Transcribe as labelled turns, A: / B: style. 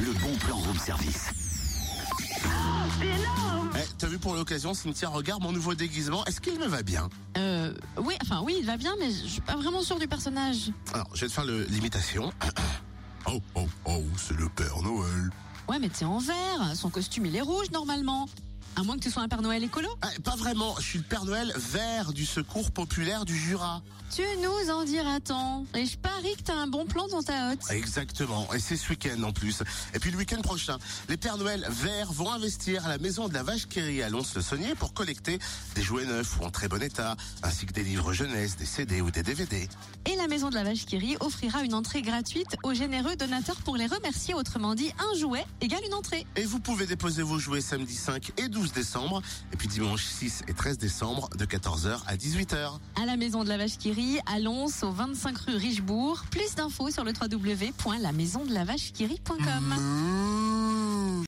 A: le bon plan room service.
B: Eh, T'as vu pour l'occasion, Cynthia, regarde mon nouveau déguisement. Est-ce qu'il me va bien
C: Euh, oui, enfin oui, il va bien, mais je suis pas vraiment sûre du personnage.
B: Alors, je vais te faire le- l'imitation. Oh, oh, oh, c'est le Père Noël.
C: Ouais, mais t'es en vert, son costume il est rouge normalement. À moins que tu sois un Père Noël écolo.
B: Ah, pas vraiment, je suis le Père Noël vert du Secours populaire du Jura.
C: Tu nous en diras tant. Et je parie que t'as un bon plan dans ta hotte.
B: Exactement, et c'est ce week-end en plus. Et puis le week-end prochain, les Pères Noël verts vont investir à la maison de la Vache Kerry à Lons-le-Saunier pour collecter des jouets neufs ou en très bon état, ainsi que des livres jeunesse, des CD ou des DVD.
C: Et la maison de la vache qui rit offrira une entrée gratuite aux généreux donateurs pour les remercier. Autrement dit, un jouet égale une entrée.
B: Et vous pouvez déposer vos jouets samedi 5 et 12 décembre, et puis dimanche 6 et 13 décembre de 14h à 18h.
C: À la maison de la vache qui rit, à Lons, au 25 rue Richebourg. Plus d'infos sur le www.lamaisondelavachequirie.com.